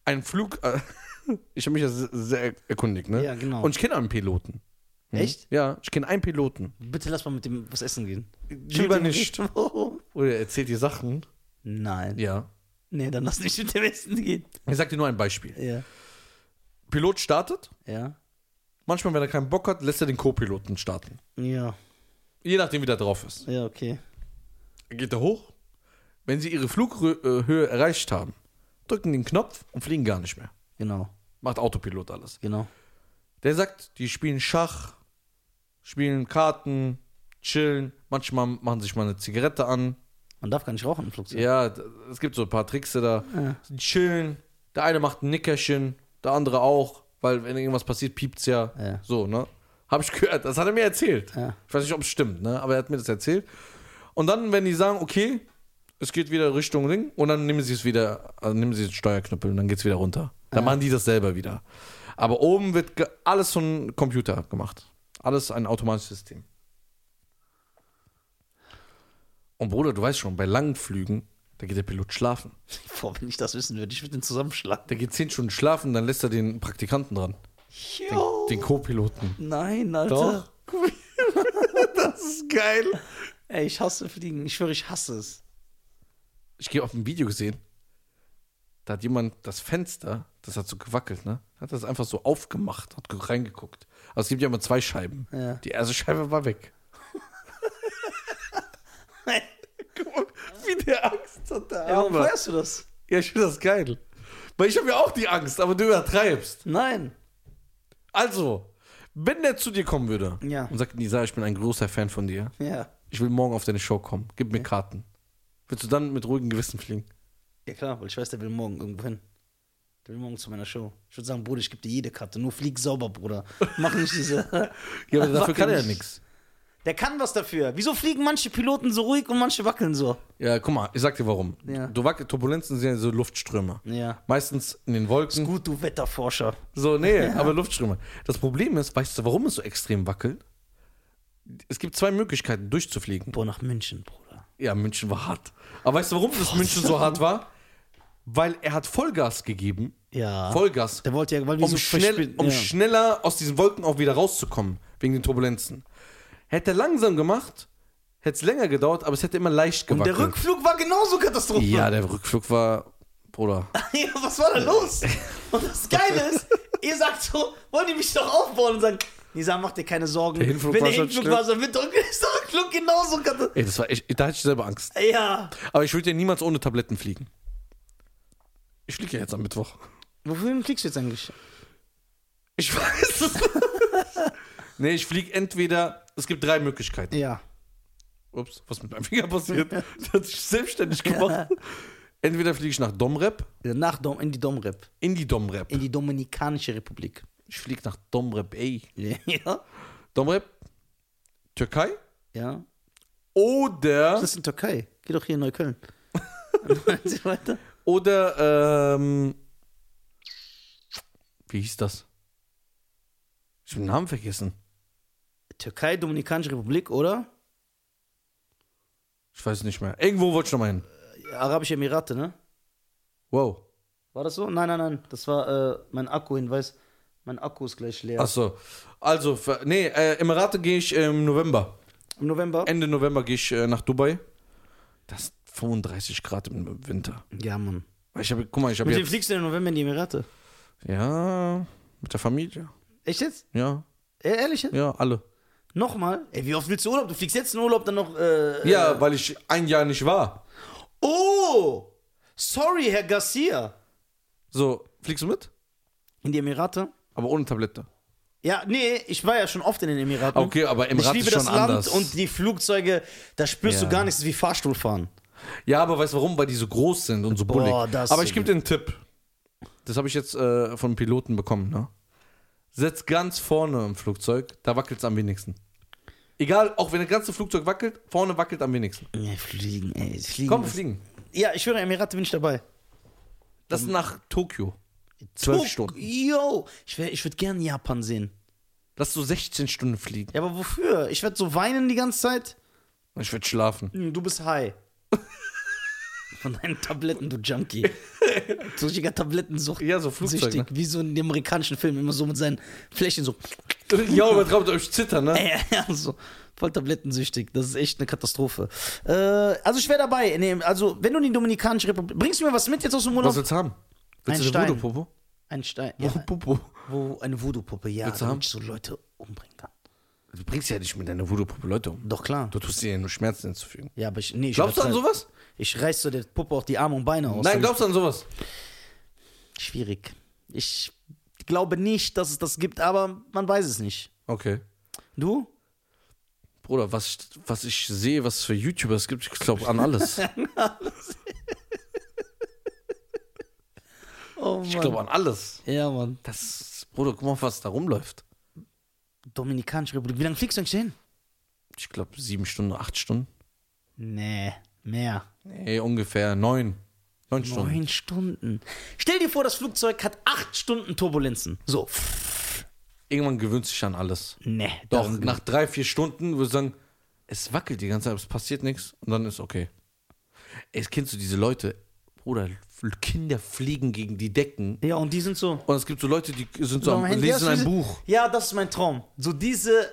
[SPEAKER 2] Ein Flug. Äh, (laughs) ich habe mich ja sehr, sehr erkundigt, ne?
[SPEAKER 1] Ja, genau.
[SPEAKER 2] Und ich kenne einen Piloten.
[SPEAKER 1] Echt?
[SPEAKER 2] Ja, ich kenne einen Piloten.
[SPEAKER 1] Bitte lass mal mit dem was essen gehen.
[SPEAKER 2] Lieber
[SPEAKER 1] Mit dem
[SPEAKER 2] nicht.
[SPEAKER 1] Reden. Warum?
[SPEAKER 2] Oder er erzählt dir Sachen.
[SPEAKER 1] Nein.
[SPEAKER 2] Ja.
[SPEAKER 1] Nee, dann lass nicht mit dem Essen gehen.
[SPEAKER 2] Ich sag dir nur ein Beispiel.
[SPEAKER 1] Ja.
[SPEAKER 2] Pilot startet.
[SPEAKER 1] Ja.
[SPEAKER 2] Manchmal, wenn er keinen Bock hat, lässt er den Co-Piloten starten.
[SPEAKER 1] Ja.
[SPEAKER 2] Je nachdem, wie der drauf ist.
[SPEAKER 1] Ja, okay.
[SPEAKER 2] Dann geht er hoch. Wenn sie ihre Flughöhe erreicht haben, drücken den Knopf und fliegen gar nicht mehr.
[SPEAKER 1] Genau.
[SPEAKER 2] Macht Autopilot alles.
[SPEAKER 1] Genau.
[SPEAKER 2] Der sagt, die spielen Schach, spielen Karten, chillen. Manchmal machen sich mal eine Zigarette an.
[SPEAKER 1] Man darf gar nicht rauchen im Flugzeug.
[SPEAKER 2] Ja, d- es gibt so ein paar Tricks da.
[SPEAKER 1] Ja.
[SPEAKER 2] Chillen. Der eine macht ein Nickerchen, der andere auch, weil wenn irgendwas passiert, piept's ja.
[SPEAKER 1] Ja.
[SPEAKER 2] So, ne? Hab ich gehört, das hat er mir erzählt.
[SPEAKER 1] Ja.
[SPEAKER 2] Ich weiß nicht, ob es stimmt, ne? Aber er hat mir das erzählt. Und dann, wenn die sagen, okay, es geht wieder Richtung Ring, und dann nehmen sie es wieder, also nehmen sie den Steuerknüppel und dann geht's wieder runter. Dann machen die das selber wieder. Aber oben wird ge- alles von Computer gemacht. Alles ein automatisches System. Und Bruder, du weißt schon, bei langen Flügen, da geht der Pilot schlafen.
[SPEAKER 1] Boah, wenn ich das wissen würde, ich würde den zusammenschlagen.
[SPEAKER 2] Der geht zehn Stunden schlafen, dann lässt er den Praktikanten dran.
[SPEAKER 1] Jo.
[SPEAKER 2] Den Co-Piloten.
[SPEAKER 1] Nein, Alter.
[SPEAKER 2] Doch. (laughs) Das ist geil.
[SPEAKER 1] Ey, ich hasse Fliegen. Ich schwöre, ich hasse es. (laughs)
[SPEAKER 2] Ich gehe auf ein Video gesehen. Da hat jemand das Fenster, das hat so gewackelt, ne? Hat das einfach so aufgemacht, hat ge- reingeguckt. Also es gibt ja immer zwei Scheiben.
[SPEAKER 1] Ja.
[SPEAKER 2] Die erste Scheibe war weg. Guck mal, wie der Angst hat der
[SPEAKER 1] Ja, warum
[SPEAKER 2] Arme.
[SPEAKER 1] feierst du das?
[SPEAKER 2] Ja, ich finde das geil. Weil ich habe ja auch die Angst, aber du übertreibst.
[SPEAKER 1] Nein.
[SPEAKER 2] Also, wenn der zu dir kommen würde
[SPEAKER 1] Ja.
[SPEAKER 2] und sagt, Nisa, ich bin ein großer Fan von dir,
[SPEAKER 1] Ja.
[SPEAKER 2] ich will morgen auf deine Show kommen, gib mir Karten. Willst du dann mit ruhigem Gewissen fliegen?
[SPEAKER 1] Ja klar, weil ich weiß, der will morgen irgendwo hin. Der will morgen zu meiner Show. Ich würde sagen, Bruder, ich gebe dir jede Karte. Nur flieg sauber, Bruder. Mach nicht diese. (laughs)
[SPEAKER 2] (laughs) Ja, aber Also dafür
[SPEAKER 1] Wackel
[SPEAKER 2] kann er ja
[SPEAKER 1] nicht.
[SPEAKER 2] nichts.
[SPEAKER 1] Der kann was dafür. Wieso fliegen manche Piloten so ruhig und manche wackeln so?
[SPEAKER 2] Ja, guck mal, ich sag dir warum.
[SPEAKER 1] Ja.
[SPEAKER 2] Du wackel, Turbulenzen sind ja so Luftströme.
[SPEAKER 1] Ja.
[SPEAKER 2] Meistens in den Wolken.
[SPEAKER 1] Gut, du Wetterforscher.
[SPEAKER 2] So, nee, aber Luftströme. Das Problem ist, weißt du, warum es so extrem wackelt? Es gibt zwei Möglichkeiten, durchzufliegen.
[SPEAKER 1] Boah, nach München, Bruder.
[SPEAKER 2] Ja, München war hart. Aber weißt du, warum das München so hart war? Weil er hat Vollgas gegeben.
[SPEAKER 1] Ja.
[SPEAKER 2] Vollgas.
[SPEAKER 1] Der wollte ja, weil wir
[SPEAKER 2] um,
[SPEAKER 1] so
[SPEAKER 2] schnell,
[SPEAKER 1] verspät-
[SPEAKER 2] um
[SPEAKER 1] ja.
[SPEAKER 2] schneller aus diesen Wolken auch wieder rauszukommen, wegen den Turbulenzen. Hätte er langsam gemacht, hätte es länger gedauert, aber es hätte immer leicht
[SPEAKER 1] Und
[SPEAKER 2] gewackelt.
[SPEAKER 1] der Rückflug war genauso katastrophal.
[SPEAKER 2] ja, der Rückflug war, Bruder.
[SPEAKER 1] Ja, (laughs) was war da los? Und das Geile ist, ihr sagt so, wollen die mich doch aufbauen und sagen, Nisa, mach dir keine Sorgen.
[SPEAKER 2] Der Hinflug
[SPEAKER 1] Wenn
[SPEAKER 2] war
[SPEAKER 1] der
[SPEAKER 2] schon
[SPEAKER 1] Hinflug
[SPEAKER 2] schlimm.
[SPEAKER 1] war, so wird doch ist der Rückflug genauso katastrophal.
[SPEAKER 2] Ey, das war echt, da hatte ich selber Angst.
[SPEAKER 1] Ja.
[SPEAKER 2] Aber ich würde ja niemals ohne Tabletten fliegen. Ich fliege ja jetzt am Mittwoch.
[SPEAKER 1] Wohin fliegst du jetzt eigentlich?
[SPEAKER 2] Ich (laughs) weiß es. nee, ich fliege entweder, es gibt drei Möglichkeiten.
[SPEAKER 1] Ja.
[SPEAKER 2] Ups, was mit meinem Finger passiert? Das hat sich selbstständig (laughs) gemacht. Entweder fliege ich nach Domrep,
[SPEAKER 1] Nach Dom, in die Domrep.
[SPEAKER 2] in die Domrep.
[SPEAKER 1] In die Dominikanische Republik. (laughs)
[SPEAKER 2] Ich fliege nach Domrep, ey.
[SPEAKER 1] Ja.
[SPEAKER 2] Domrep, Türkei
[SPEAKER 1] Ja.
[SPEAKER 2] oder,
[SPEAKER 1] Das ist in Türkei. Geh doch hier in Neukölln. (laughs) Sie weiter.
[SPEAKER 2] oder ähm, wie hieß das? Ich habe den Namen vergessen.
[SPEAKER 1] Türkei, Dominikanische Republik, oder?
[SPEAKER 2] Ich weiß nicht mehr. Irgendwo wollte ich noch mal hin.
[SPEAKER 1] Arabische Emirate, ne?
[SPEAKER 2] Wow.
[SPEAKER 1] War das so? Nein, nein, nein. Das war äh, mein Akku-Hinweis. Mein Akku ist gleich leer.
[SPEAKER 2] Achso. Also, für, nee, äh, Emirate gehe ich im November.
[SPEAKER 1] Im November?
[SPEAKER 2] Ende November gehe ich äh, nach Dubai. Das ist 35 Grad im Winter.
[SPEAKER 1] Ja, Mann.
[SPEAKER 2] Ich habe, guck mal, ich habe
[SPEAKER 1] Mit wem
[SPEAKER 2] jetzt,
[SPEAKER 1] fliegst du denn im November in die Emirate?
[SPEAKER 2] ja, mit der Familie.
[SPEAKER 1] Echt jetzt?
[SPEAKER 2] Ja,
[SPEAKER 1] E- Ehrlich jetzt?
[SPEAKER 2] ja, alle.
[SPEAKER 1] Nochmal? Ey, wie oft willst du Urlaub? Du fliegst jetzt in Urlaub, dann noch. Äh,
[SPEAKER 2] Ja, weil ich ein Jahr nicht war.
[SPEAKER 1] Oh! Sorry, Herr Garcia.
[SPEAKER 2] So, fliegst du mit?
[SPEAKER 1] In die Emirate?
[SPEAKER 2] Aber ohne Tablette.
[SPEAKER 1] Ja, nee, ich war ja schon oft in den Emiraten.
[SPEAKER 2] Okay, aber
[SPEAKER 1] ich
[SPEAKER 2] Emirat
[SPEAKER 1] liebe
[SPEAKER 2] ist schon
[SPEAKER 1] das Land
[SPEAKER 2] anders.
[SPEAKER 1] und die Flugzeuge, da spürst
[SPEAKER 2] Ja.
[SPEAKER 1] du gar nichts das ist wie Fahrstuhlfahren.
[SPEAKER 2] Ja, aber weißt du warum? Weil die so groß sind und so bullig.
[SPEAKER 1] Boah, das
[SPEAKER 2] aber
[SPEAKER 1] ist so
[SPEAKER 2] ich gebe dir einen Tipp. Das habe ich jetzt äh, von Piloten bekommen, ne? Setz ganz vorne im Flugzeug, da wackelt es am wenigsten. Egal, auch wenn das ganze Flugzeug wackelt, vorne wackelt am wenigsten.
[SPEAKER 1] Nee, fliegen, ey, fliegen.
[SPEAKER 2] Komm, fliegen.
[SPEAKER 1] Ja, ich höre, Emirate bin ich dabei.
[SPEAKER 2] Das ist nach Tokio. Zwölf
[SPEAKER 1] Tok-
[SPEAKER 2] Stunden.
[SPEAKER 1] Oh, Yo, ich, wär- ich würde gerne Japan sehen.
[SPEAKER 2] Lass so 16 Stunden fliegen.
[SPEAKER 1] Ja, aber wofür? Ich werde so weinen die ganze Zeit.
[SPEAKER 2] Ich werde schlafen.
[SPEAKER 1] Hm, Du bist high. (laughs) Von deinen Tabletten, du
[SPEAKER 2] (laughs)
[SPEAKER 1] Junkie. So richtiger Tablettensucht.
[SPEAKER 2] Ja, so Flugzeug,
[SPEAKER 1] Süchtig,
[SPEAKER 2] ne?
[SPEAKER 1] Wie so in den amerikanischen Filmen, immer so mit seinen Flächen so.
[SPEAKER 2] ne? ja, übertraut euch zittern, ne?
[SPEAKER 1] Ja, (laughs) ja, so. Voll tablettensüchtig. Das ist echt eine Katastrophe. Äh, also ich wäre dabei. Nee, also, wenn du in die Dominikanische Republik. Bringst du mir was mit jetzt aus dem
[SPEAKER 2] Was
[SPEAKER 1] Urlaub?
[SPEAKER 2] willst du haben?
[SPEAKER 1] Ein
[SPEAKER 2] Willst du
[SPEAKER 1] Stein.
[SPEAKER 2] eine Voodoo-Puppe?
[SPEAKER 1] Ein Stein. Ja,
[SPEAKER 2] Popo.
[SPEAKER 1] wo eine Voodoo-Puppe, ja,
[SPEAKER 2] Willst du
[SPEAKER 1] damit ich so Leute umbringen kann.
[SPEAKER 2] Du bringst ja nicht mit deiner Voodoo-Puppe Leute um.
[SPEAKER 1] Doch klar.
[SPEAKER 2] Du tust dir ja nur Schmerzen hinzufügen.
[SPEAKER 1] Ja, aber ich. Nee, ich
[SPEAKER 2] Glaubst du an
[SPEAKER 1] übertreib.
[SPEAKER 2] sowas?
[SPEAKER 1] Ich reiß so der Puppe auch die Arme und Beine aus.
[SPEAKER 2] Nein,
[SPEAKER 1] damit-
[SPEAKER 2] glaubst du an sowas?
[SPEAKER 1] Schwierig. Ich glaube nicht, dass es das gibt, aber man weiß es nicht.
[SPEAKER 2] Okay.
[SPEAKER 1] Du?
[SPEAKER 2] Bruder, was ich, was ich sehe, was es für YouTuber es gibt, ich glaube
[SPEAKER 1] (laughs)
[SPEAKER 2] an alles.
[SPEAKER 1] Oh Mann.
[SPEAKER 2] Ich glaube an alles.
[SPEAKER 1] ja, Mann.
[SPEAKER 2] Das, Bruder, guck mal, was da rumläuft.
[SPEAKER 1] Dominikanische Republik. Wie lange fliegst du eigentlich hin?
[SPEAKER 2] Ich glaube sieben Stunden, acht Stunden.
[SPEAKER 1] Nee, mehr.
[SPEAKER 2] Nee, ungefähr neun. Neun Stunden.
[SPEAKER 1] Neun Stunden. Stell dir vor, das Flugzeug hat acht Stunden Turbulenzen. So.
[SPEAKER 2] Irgendwann gewöhnt sich an alles.
[SPEAKER 1] Nee,
[SPEAKER 2] Doch,
[SPEAKER 1] daran-
[SPEAKER 2] nach drei, vier Stunden würde ich sagen, es wackelt die ganze Zeit, aber es passiert nichts und dann ist okay. Ey, kennst du diese Leute? Bruder, Kinder fliegen gegen die Decken.
[SPEAKER 1] Ja, und die sind so.
[SPEAKER 2] Und es gibt so Leute, die sind so
[SPEAKER 1] So,
[SPEAKER 2] am,
[SPEAKER 1] mein Handy,
[SPEAKER 2] lesen
[SPEAKER 1] hast
[SPEAKER 2] ein
[SPEAKER 1] du diese-
[SPEAKER 2] Buch.
[SPEAKER 1] Ja, das ist mein Traum. So diese.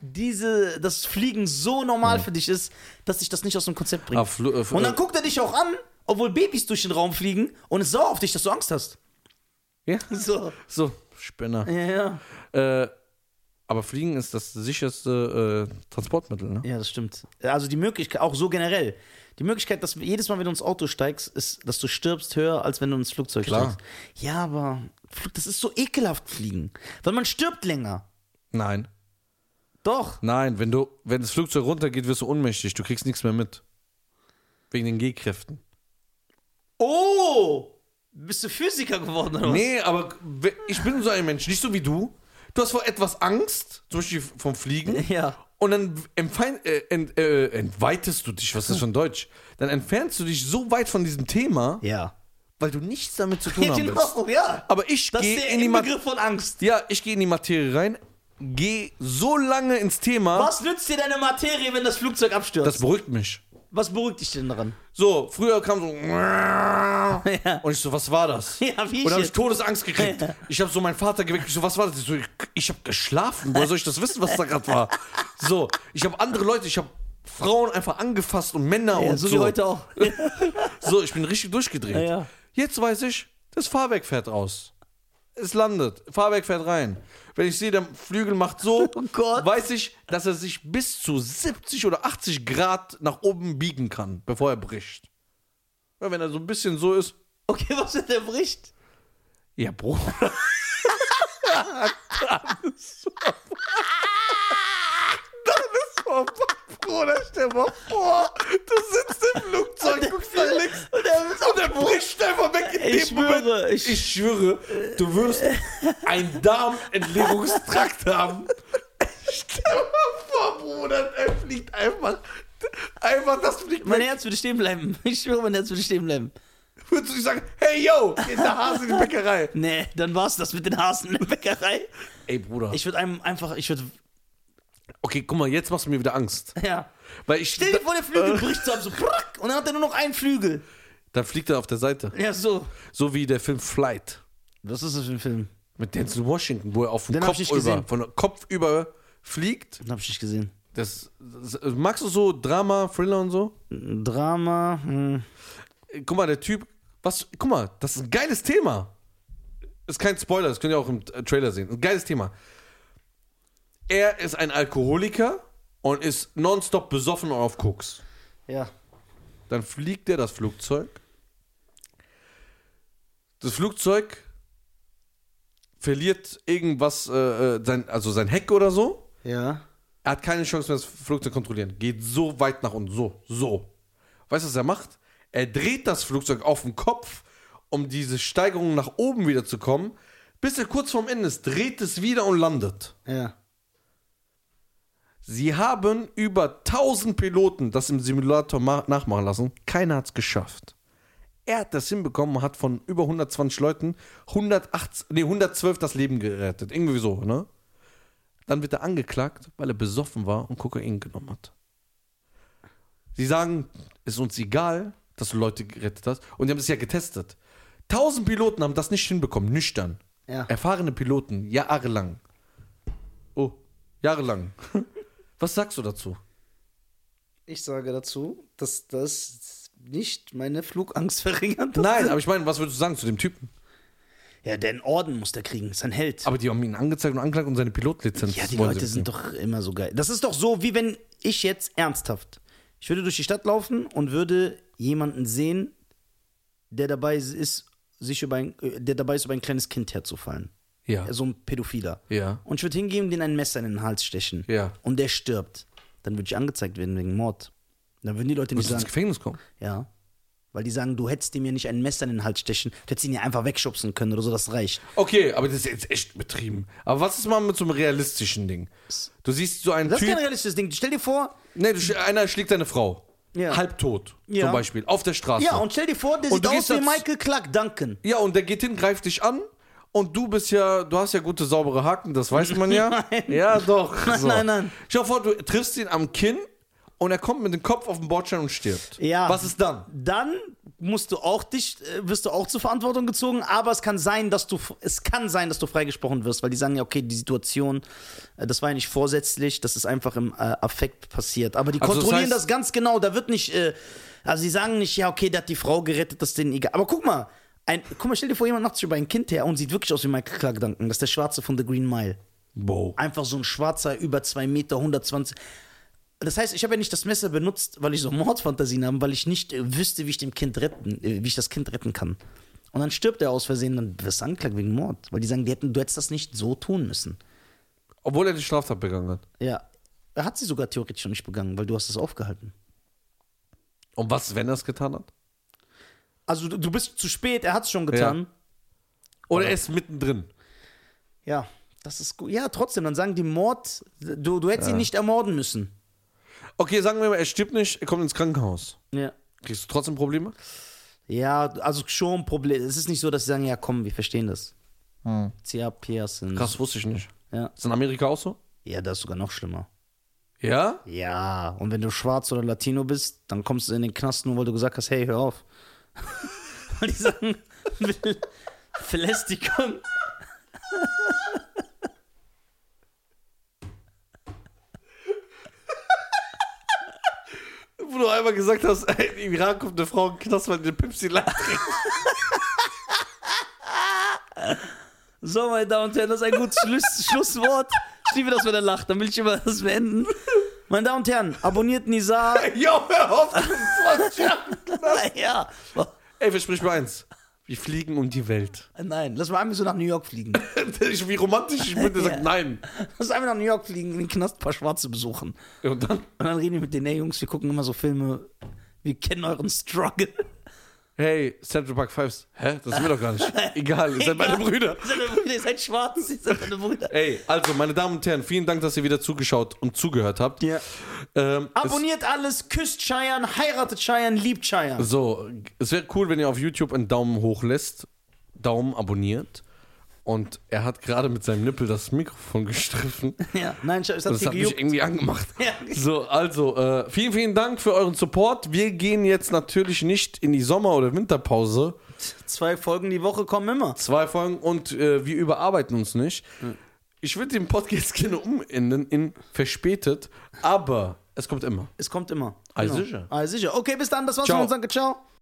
[SPEAKER 1] Diese, das Fliegen so normal für dich ist, dass dich das nicht aus dem Konzept bringt.
[SPEAKER 2] Ah, Flu- äh, Fl-
[SPEAKER 1] und dann guckt er dich auch an, obwohl Babys durch den Raum fliegen und ist sauer auf dich, dass du Angst hast.
[SPEAKER 2] äh, Ja,
[SPEAKER 1] So.
[SPEAKER 2] so, Spinner.
[SPEAKER 1] Ja, ja.
[SPEAKER 2] Äh, aber Fliegen ist das sicherste äh, Transportmittel, ne?
[SPEAKER 1] Ja, das stimmt. Also die Möglichkeit, auch so generell, die Möglichkeit, dass jedes Mal, wenn du ins Auto steigst, ist, dass du stirbst höher, als wenn du ins Flugzeug
[SPEAKER 2] Klar.
[SPEAKER 1] steigst. Ja, aber Flug- das ist so ekelhaft fliegen, weil man stirbt länger.
[SPEAKER 2] Nein.
[SPEAKER 1] Doch.
[SPEAKER 2] Nein, wenn du, wenn das Flugzeug runtergeht, wirst du ohnmächtig. Du kriegst nichts mehr mit. Wegen den G-Kräften.
[SPEAKER 1] Oh! Bist du Physiker geworden oder was?
[SPEAKER 2] Nee, aber we- ich bin so ein Mensch, nicht so wie du. Du hast vor etwas Angst, zum Beispiel vom Fliegen.
[SPEAKER 1] (laughs) Ja.
[SPEAKER 2] Und dann entfein- äh, ent, äh, entweitest du dich, was ist das von Deutsch? Dann entfernst du dich so weit von diesem Thema,
[SPEAKER 1] Ja.
[SPEAKER 2] weil du nichts damit
[SPEAKER 1] (laughs)
[SPEAKER 2] zu tun
[SPEAKER 1] Ja,
[SPEAKER 2] haben willst.
[SPEAKER 1] genau, ja.
[SPEAKER 2] Aber ich
[SPEAKER 1] Das
[SPEAKER 2] gehe
[SPEAKER 1] ist der
[SPEAKER 2] in die Materie.
[SPEAKER 1] Inbegriff von Angst.
[SPEAKER 2] Ja, ich gehe in die Materie rein, gehe so lange ins Thema.
[SPEAKER 1] Was nützt dir deine Materie, wenn das Flugzeug abstürzt?
[SPEAKER 2] Das beruhigt mich.
[SPEAKER 1] was beruhigt dich denn daran?
[SPEAKER 2] So, früher kam
[SPEAKER 1] (laughs)
[SPEAKER 2] so. Und ich so, was war das?
[SPEAKER 1] Ja, wie
[SPEAKER 2] Und da habe
[SPEAKER 1] ich
[SPEAKER 2] ich Todesangst gekriegt. Ich habe so meinen Vater geweckt. Ich so, was war das? Ich, so, ich, ich habe geschlafen. Woher soll ich das wissen, was da gerade war? So, ich habe andere Leute, ich habe Frauen einfach angefasst und Männer
[SPEAKER 1] ja,
[SPEAKER 2] und
[SPEAKER 1] so
[SPEAKER 2] so.
[SPEAKER 1] wie heute auch. (laughs)
[SPEAKER 2] So, ich bin richtig durchgedreht.
[SPEAKER 1] Ja, ja.
[SPEAKER 2] Jetzt weiß ich, das Fahrwerk fährt raus. Es landet, Fahrwerk fährt rein. Wenn ich sehe, der Flügel macht so,
[SPEAKER 1] (laughs) Oh Gott.
[SPEAKER 2] weiß ich, dass er sich bis zu 70 oder 80 Grad nach oben biegen kann, bevor er bricht. Weil wenn er so ein bisschen so ist,
[SPEAKER 1] Okay, was hat der bricht?
[SPEAKER 2] ja, Bruder. (laughs) Dann ist vorbei, Bruder. Stell mal vor, du sitzt im Flugzeug, guckst nach links
[SPEAKER 1] Und er ist
[SPEAKER 2] und er bricht einfach weg in
[SPEAKER 1] Ich
[SPEAKER 2] dem Moment.
[SPEAKER 1] schwöre, ich,
[SPEAKER 2] Ich schwöre, du wirst einen Darmentleerungstrakt haben. Stell mal vor, Bruder, er fliegt einfach. Einfach das fliegt
[SPEAKER 1] mein
[SPEAKER 2] weg.
[SPEAKER 1] Herz würde stehen bleiben. (laughs) Ich schwöre, mein Herz würde stehen bleiben.
[SPEAKER 2] Würdest du nicht sagen, hey yo, in der Hase in die Bäckerei.
[SPEAKER 1] Nee, dann war's das mit den Hasen in der Bäckerei.
[SPEAKER 2] Ey, Bruder.
[SPEAKER 1] Ich würde einem einfach, ich würde,
[SPEAKER 2] okay, guck mal, jetzt machst du mir wieder Angst.
[SPEAKER 1] ja. Äh.
[SPEAKER 2] Weil ich.
[SPEAKER 1] Stell dir vor, der Flügel bricht zusammen, so prack, und dann hat er nur noch einen Flügel.
[SPEAKER 2] Dann fliegt er auf der Seite.
[SPEAKER 1] Ja, so.
[SPEAKER 2] So wie der Film Flight
[SPEAKER 1] Was ist das für ein Film?
[SPEAKER 2] mit Denzel Washington, wo er auf den,
[SPEAKER 1] Den hab
[SPEAKER 2] Kopf
[SPEAKER 1] ich nicht
[SPEAKER 2] über,
[SPEAKER 1] gesehen.
[SPEAKER 2] von Kopf über fliegt.
[SPEAKER 1] Den hab ich nicht gesehen.
[SPEAKER 2] Das, das, magst du so Drama, Thriller und so?
[SPEAKER 1] Ein Drama, hm.
[SPEAKER 2] Äh, Guck mal, der Typ, was, guck mal, das ist ein geiles Thema. Ist kein Spoiler, das könnt ihr auch im äh, Trailer sehen. Ein geiles Thema. Er ist ein Alkoholiker und ist nonstop besoffen und auf Koks.
[SPEAKER 1] ja.
[SPEAKER 2] Dann fliegt er das Flugzeug. Das Flugzeug verliert irgendwas, äh, äh, sein, also sein Heck oder so.
[SPEAKER 1] Ja.
[SPEAKER 2] Er hat keine Chance mehr, das Flugzeug zu kontrollieren. Geht so weit nach unten, so, so. Weißt du, was er macht? Er dreht das Flugzeug auf den Kopf, um diese Steigerung nach oben wieder zu kommen. Bis er kurz vorm Ende ist, dreht es wieder und landet.
[SPEAKER 1] Ja.
[SPEAKER 2] Sie haben über 1000 Piloten das im Simulator ma- nachmachen lassen. Keiner hat es geschafft. Er hat das hinbekommen und hat von über 120 Leuten 108, nee, 112 das Leben gerettet. Irgendwie so, ne? Dann wird er angeklagt, weil er besoffen war und Kokain genommen hat. Sie sagen, ist uns egal, dass du Leute gerettet hast. Und die haben es ja getestet. 1000 Piloten haben das nicht hinbekommen, nüchtern.
[SPEAKER 1] Ja.
[SPEAKER 2] Erfahrene Piloten, jahrelang. Oh, jahrelang. (laughs) Was sagst du dazu?
[SPEAKER 1] Ich sage dazu, dass das nicht meine Flugangst verringert.
[SPEAKER 2] Nein, aber ich meine, was würdest du sagen zu dem Typen?
[SPEAKER 1] Ja, der einen Orden muss der kriegen, ist ein Held.
[SPEAKER 2] Aber die haben ihn angezeigt und angeklagt und seine Pilotlizenz.
[SPEAKER 1] ja, die
[SPEAKER 2] wollen
[SPEAKER 1] Leute
[SPEAKER 2] sie
[SPEAKER 1] sind doch immer so geil. Das ist doch so, wie wenn ich jetzt ernsthaft, ich würde durch die Stadt laufen und würde jemanden sehen, der dabei ist, sich über ein, äh, der dabei ist, über ein kleines Kind herzufallen.
[SPEAKER 2] mitnehmen. Ja.
[SPEAKER 1] So ein Pädophiler.
[SPEAKER 2] Ja.
[SPEAKER 1] Und ich würde hingehen und den ein Messer in den Hals stechen.
[SPEAKER 2] Ja.
[SPEAKER 1] Und der stirbt. Dann würde ich angezeigt werden wegen Mord. Dann würden die Leute nicht
[SPEAKER 2] Willst du ins
[SPEAKER 1] sagen,
[SPEAKER 2] Gefängnis kommen?
[SPEAKER 1] Ja. Weil die sagen, du hättest ihm ja nicht ein Messer in den Hals stechen, du hättest ihn ja einfach wegschubsen können oder so, das reicht.
[SPEAKER 2] Okay, aber das ist jetzt echt betrieben. Aber was ist mal mit so einem realistischen Ding? Du siehst so einen
[SPEAKER 1] Das ist
[SPEAKER 2] Typ.
[SPEAKER 1] kein realistisches Ding. Stell dir vor,
[SPEAKER 2] Nee, du, sch- einer schlägt seine Frau.
[SPEAKER 1] Ja.
[SPEAKER 2] Halbtot.
[SPEAKER 1] Ja.
[SPEAKER 2] Zum Beispiel. Auf der Straße.
[SPEAKER 1] ja, und stell dir vor, der
[SPEAKER 2] Und
[SPEAKER 1] sieht
[SPEAKER 2] du gehst
[SPEAKER 1] aus wie
[SPEAKER 2] als-
[SPEAKER 1] Michael Clark Duncan.
[SPEAKER 2] Ja, und der geht hin, greift dich an. Und du bist ja, du hast ja gute, saubere Haken, das weiß man ja.
[SPEAKER 1] (laughs) Nein.
[SPEAKER 2] Ja, doch.
[SPEAKER 1] (laughs) Nein,
[SPEAKER 2] so.
[SPEAKER 1] nein, nein.
[SPEAKER 2] Stell dir vor, du triffst ihn am Kinn und er kommt mit dem Kopf auf den Bordstein und stirbt.
[SPEAKER 1] Ja.
[SPEAKER 2] Was ist dann?
[SPEAKER 1] Dann musst du auch dich, äh, wirst du auch zur Verantwortung gezogen, aber es kann sein, dass du, es kann sein, dass du freigesprochen wirst, weil die sagen ja, okay, die Situation, äh, das war ja nicht vorsätzlich, das ist einfach im äh, Affekt passiert. Aber die
[SPEAKER 2] Also das
[SPEAKER 1] kontrollieren
[SPEAKER 2] heißt-
[SPEAKER 1] das, ganz genau, da wird nicht, äh, also sie sagen nicht, ja, okay, der hat die Frau gerettet, das ist denen egal. Aber guck mal, ein, guck mal, stell dir vor, jemand macht sich über ein Kind her und sieht wirklich aus wie Michael Clark Duncan, das ist der Schwarze von The Green Mile.
[SPEAKER 2] Wow.
[SPEAKER 1] Einfach so ein schwarzer, über 2 Meter, 120. Das heißt, ich habe ja nicht das Messer benutzt, weil ich so Mordfantasien habe, weil ich nicht äh, wüsste, wie ich dem Kind retten, äh, wie ich das Kind retten kann. Und dann stirbt er aus Versehen, dann wirst du angeklagt wegen Mord. Weil die sagen, die hätten, du hättest das nicht so tun müssen.
[SPEAKER 2] Obwohl er die Straftat begangen hat.
[SPEAKER 1] Ja. Er hat sie sogar theoretisch noch nicht begangen, weil du hast es aufgehalten.
[SPEAKER 2] Und was, wenn er es getan hat?
[SPEAKER 1] Also du, du bist zu spät, er hat es schon getan.
[SPEAKER 2] Oder er ist mittendrin.
[SPEAKER 1] Ja. Das ist gut. Ja, trotzdem, dann sagen die Mord, du, du hättest ihn nicht ermorden müssen.
[SPEAKER 2] Okay, sagen wir mal, er stirbt nicht, er kommt ins Krankenhaus.
[SPEAKER 1] Ja.
[SPEAKER 2] Kriegst du trotzdem Probleme?
[SPEAKER 1] Ja, also schon ein Problem. Es ist nicht so, dass sie sagen, ja komm, wir verstehen das. Zieh ab, hier hast du einen-
[SPEAKER 2] Krass, wusste ich nicht.
[SPEAKER 1] Ja.
[SPEAKER 2] Ist in Amerika auch so?
[SPEAKER 1] ja, das ist sogar noch schlimmer.
[SPEAKER 2] Ja?
[SPEAKER 1] Ja, und wenn du schwarz oder Latino bist, dann kommst du in den Knast nur, weil du gesagt hast, hey, hör auf. (laughs) Weil die sagen, (laughs) Ver- Verlästigung.
[SPEAKER 2] Wo du einmal gesagt hast, ey, im Iran kommt eine Frau in den Knast, weil die eine Pipsi lang (laughs)
[SPEAKER 1] So, meine Damen und Herren, das ist ein gutes Schluss Schlusswort. Ich liebe das, wenn er lacht, dann will ich immer das beenden. Meine Damen und Herren, abonniert Nizar.
[SPEAKER 2] Jo, hör auf, das ist 20 Jahre.
[SPEAKER 1] ja.
[SPEAKER 2] Ey, versprich mir eins. Wir fliegen um die Welt.
[SPEAKER 1] Nein, lass mal einmal so nach New York fliegen.
[SPEAKER 2] (laughs) Ich, wie romantisch ich bin, der sagt nein.
[SPEAKER 1] Lass einfach nach New York fliegen, in den Knast ein paar Schwarze besuchen.
[SPEAKER 2] Und dann,
[SPEAKER 1] Und dann reden wir mit den hey, Jungs, wir gucken immer so Filme, wir kennen euren Struggle.
[SPEAKER 2] hey, Central Park Fives. Hä? Das sind wir doch gar nicht. (laughs) Egal, ihr seid meine Brüder.
[SPEAKER 1] Ihr seid meine Brüder, ihr seid schwarz, ihr seid meine Brüder.
[SPEAKER 2] Ey, also, meine Damen und Herren, vielen Dank, dass ihr wieder zugeschaut und zugehört habt.
[SPEAKER 1] Ja.
[SPEAKER 2] Ähm, es-
[SPEAKER 1] Abonniert alles, küsst Cheyenne, heiratet Cheyenne, liebt Cheyenne.
[SPEAKER 2] So, es wäre cool, wenn ihr auf YouTube einen Daumen hoch lässt, Daumen abonniert. Und er hat gerade mit seinem Nippel das Mikrofon (laughs) gestriffen.
[SPEAKER 1] Ja, nein, es hat
[SPEAKER 2] Das
[SPEAKER 1] sie
[SPEAKER 2] hat mich
[SPEAKER 1] gejuckt.
[SPEAKER 2] irgendwie angemacht.
[SPEAKER 1] (laughs) Ja.
[SPEAKER 2] So, also, äh, vielen, vielen Dank für euren Support. Wir gehen jetzt natürlich nicht in die Sommer- oder Winterpause.
[SPEAKER 1] Zwei Folgen die Woche kommen immer.
[SPEAKER 2] Zwei Folgen und äh, wir überarbeiten uns nicht. Ich würde den Podcast (laughs) gerne umenden in verspätet, aber es kommt immer.
[SPEAKER 1] Es kommt immer.
[SPEAKER 2] Ah, sicher.
[SPEAKER 1] Ah, sicher. Okay, bis dann, das war's
[SPEAKER 2] Ciao.
[SPEAKER 1] von uns. Danke, ciao.